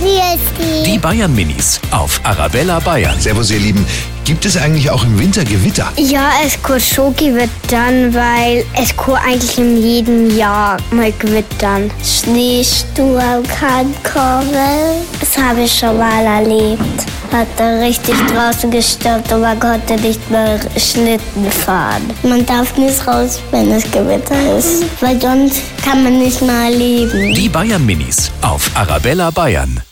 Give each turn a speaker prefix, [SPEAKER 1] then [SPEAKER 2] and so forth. [SPEAKER 1] Nils,
[SPEAKER 2] Die Bayern Minis auf Arabella Bayern.
[SPEAKER 3] Servus, ihr Lieben. Gibt es eigentlich auch im Winter Gewitter?
[SPEAKER 1] Ja, es kann schon gewittern, weil es kann eigentlich in jedem Jahr mal gewittern. Schneesturm kann kommen. Das habe ich schon mal erlebt. Hat da richtig draußen gestürmt und man konnte nicht mehr Schlitten fahren. Man darf nicht raus, wenn es Gewitter ist, weil sonst kann man nicht mehr leben.
[SPEAKER 2] Die Bayern Minis auf Arabella Bayern.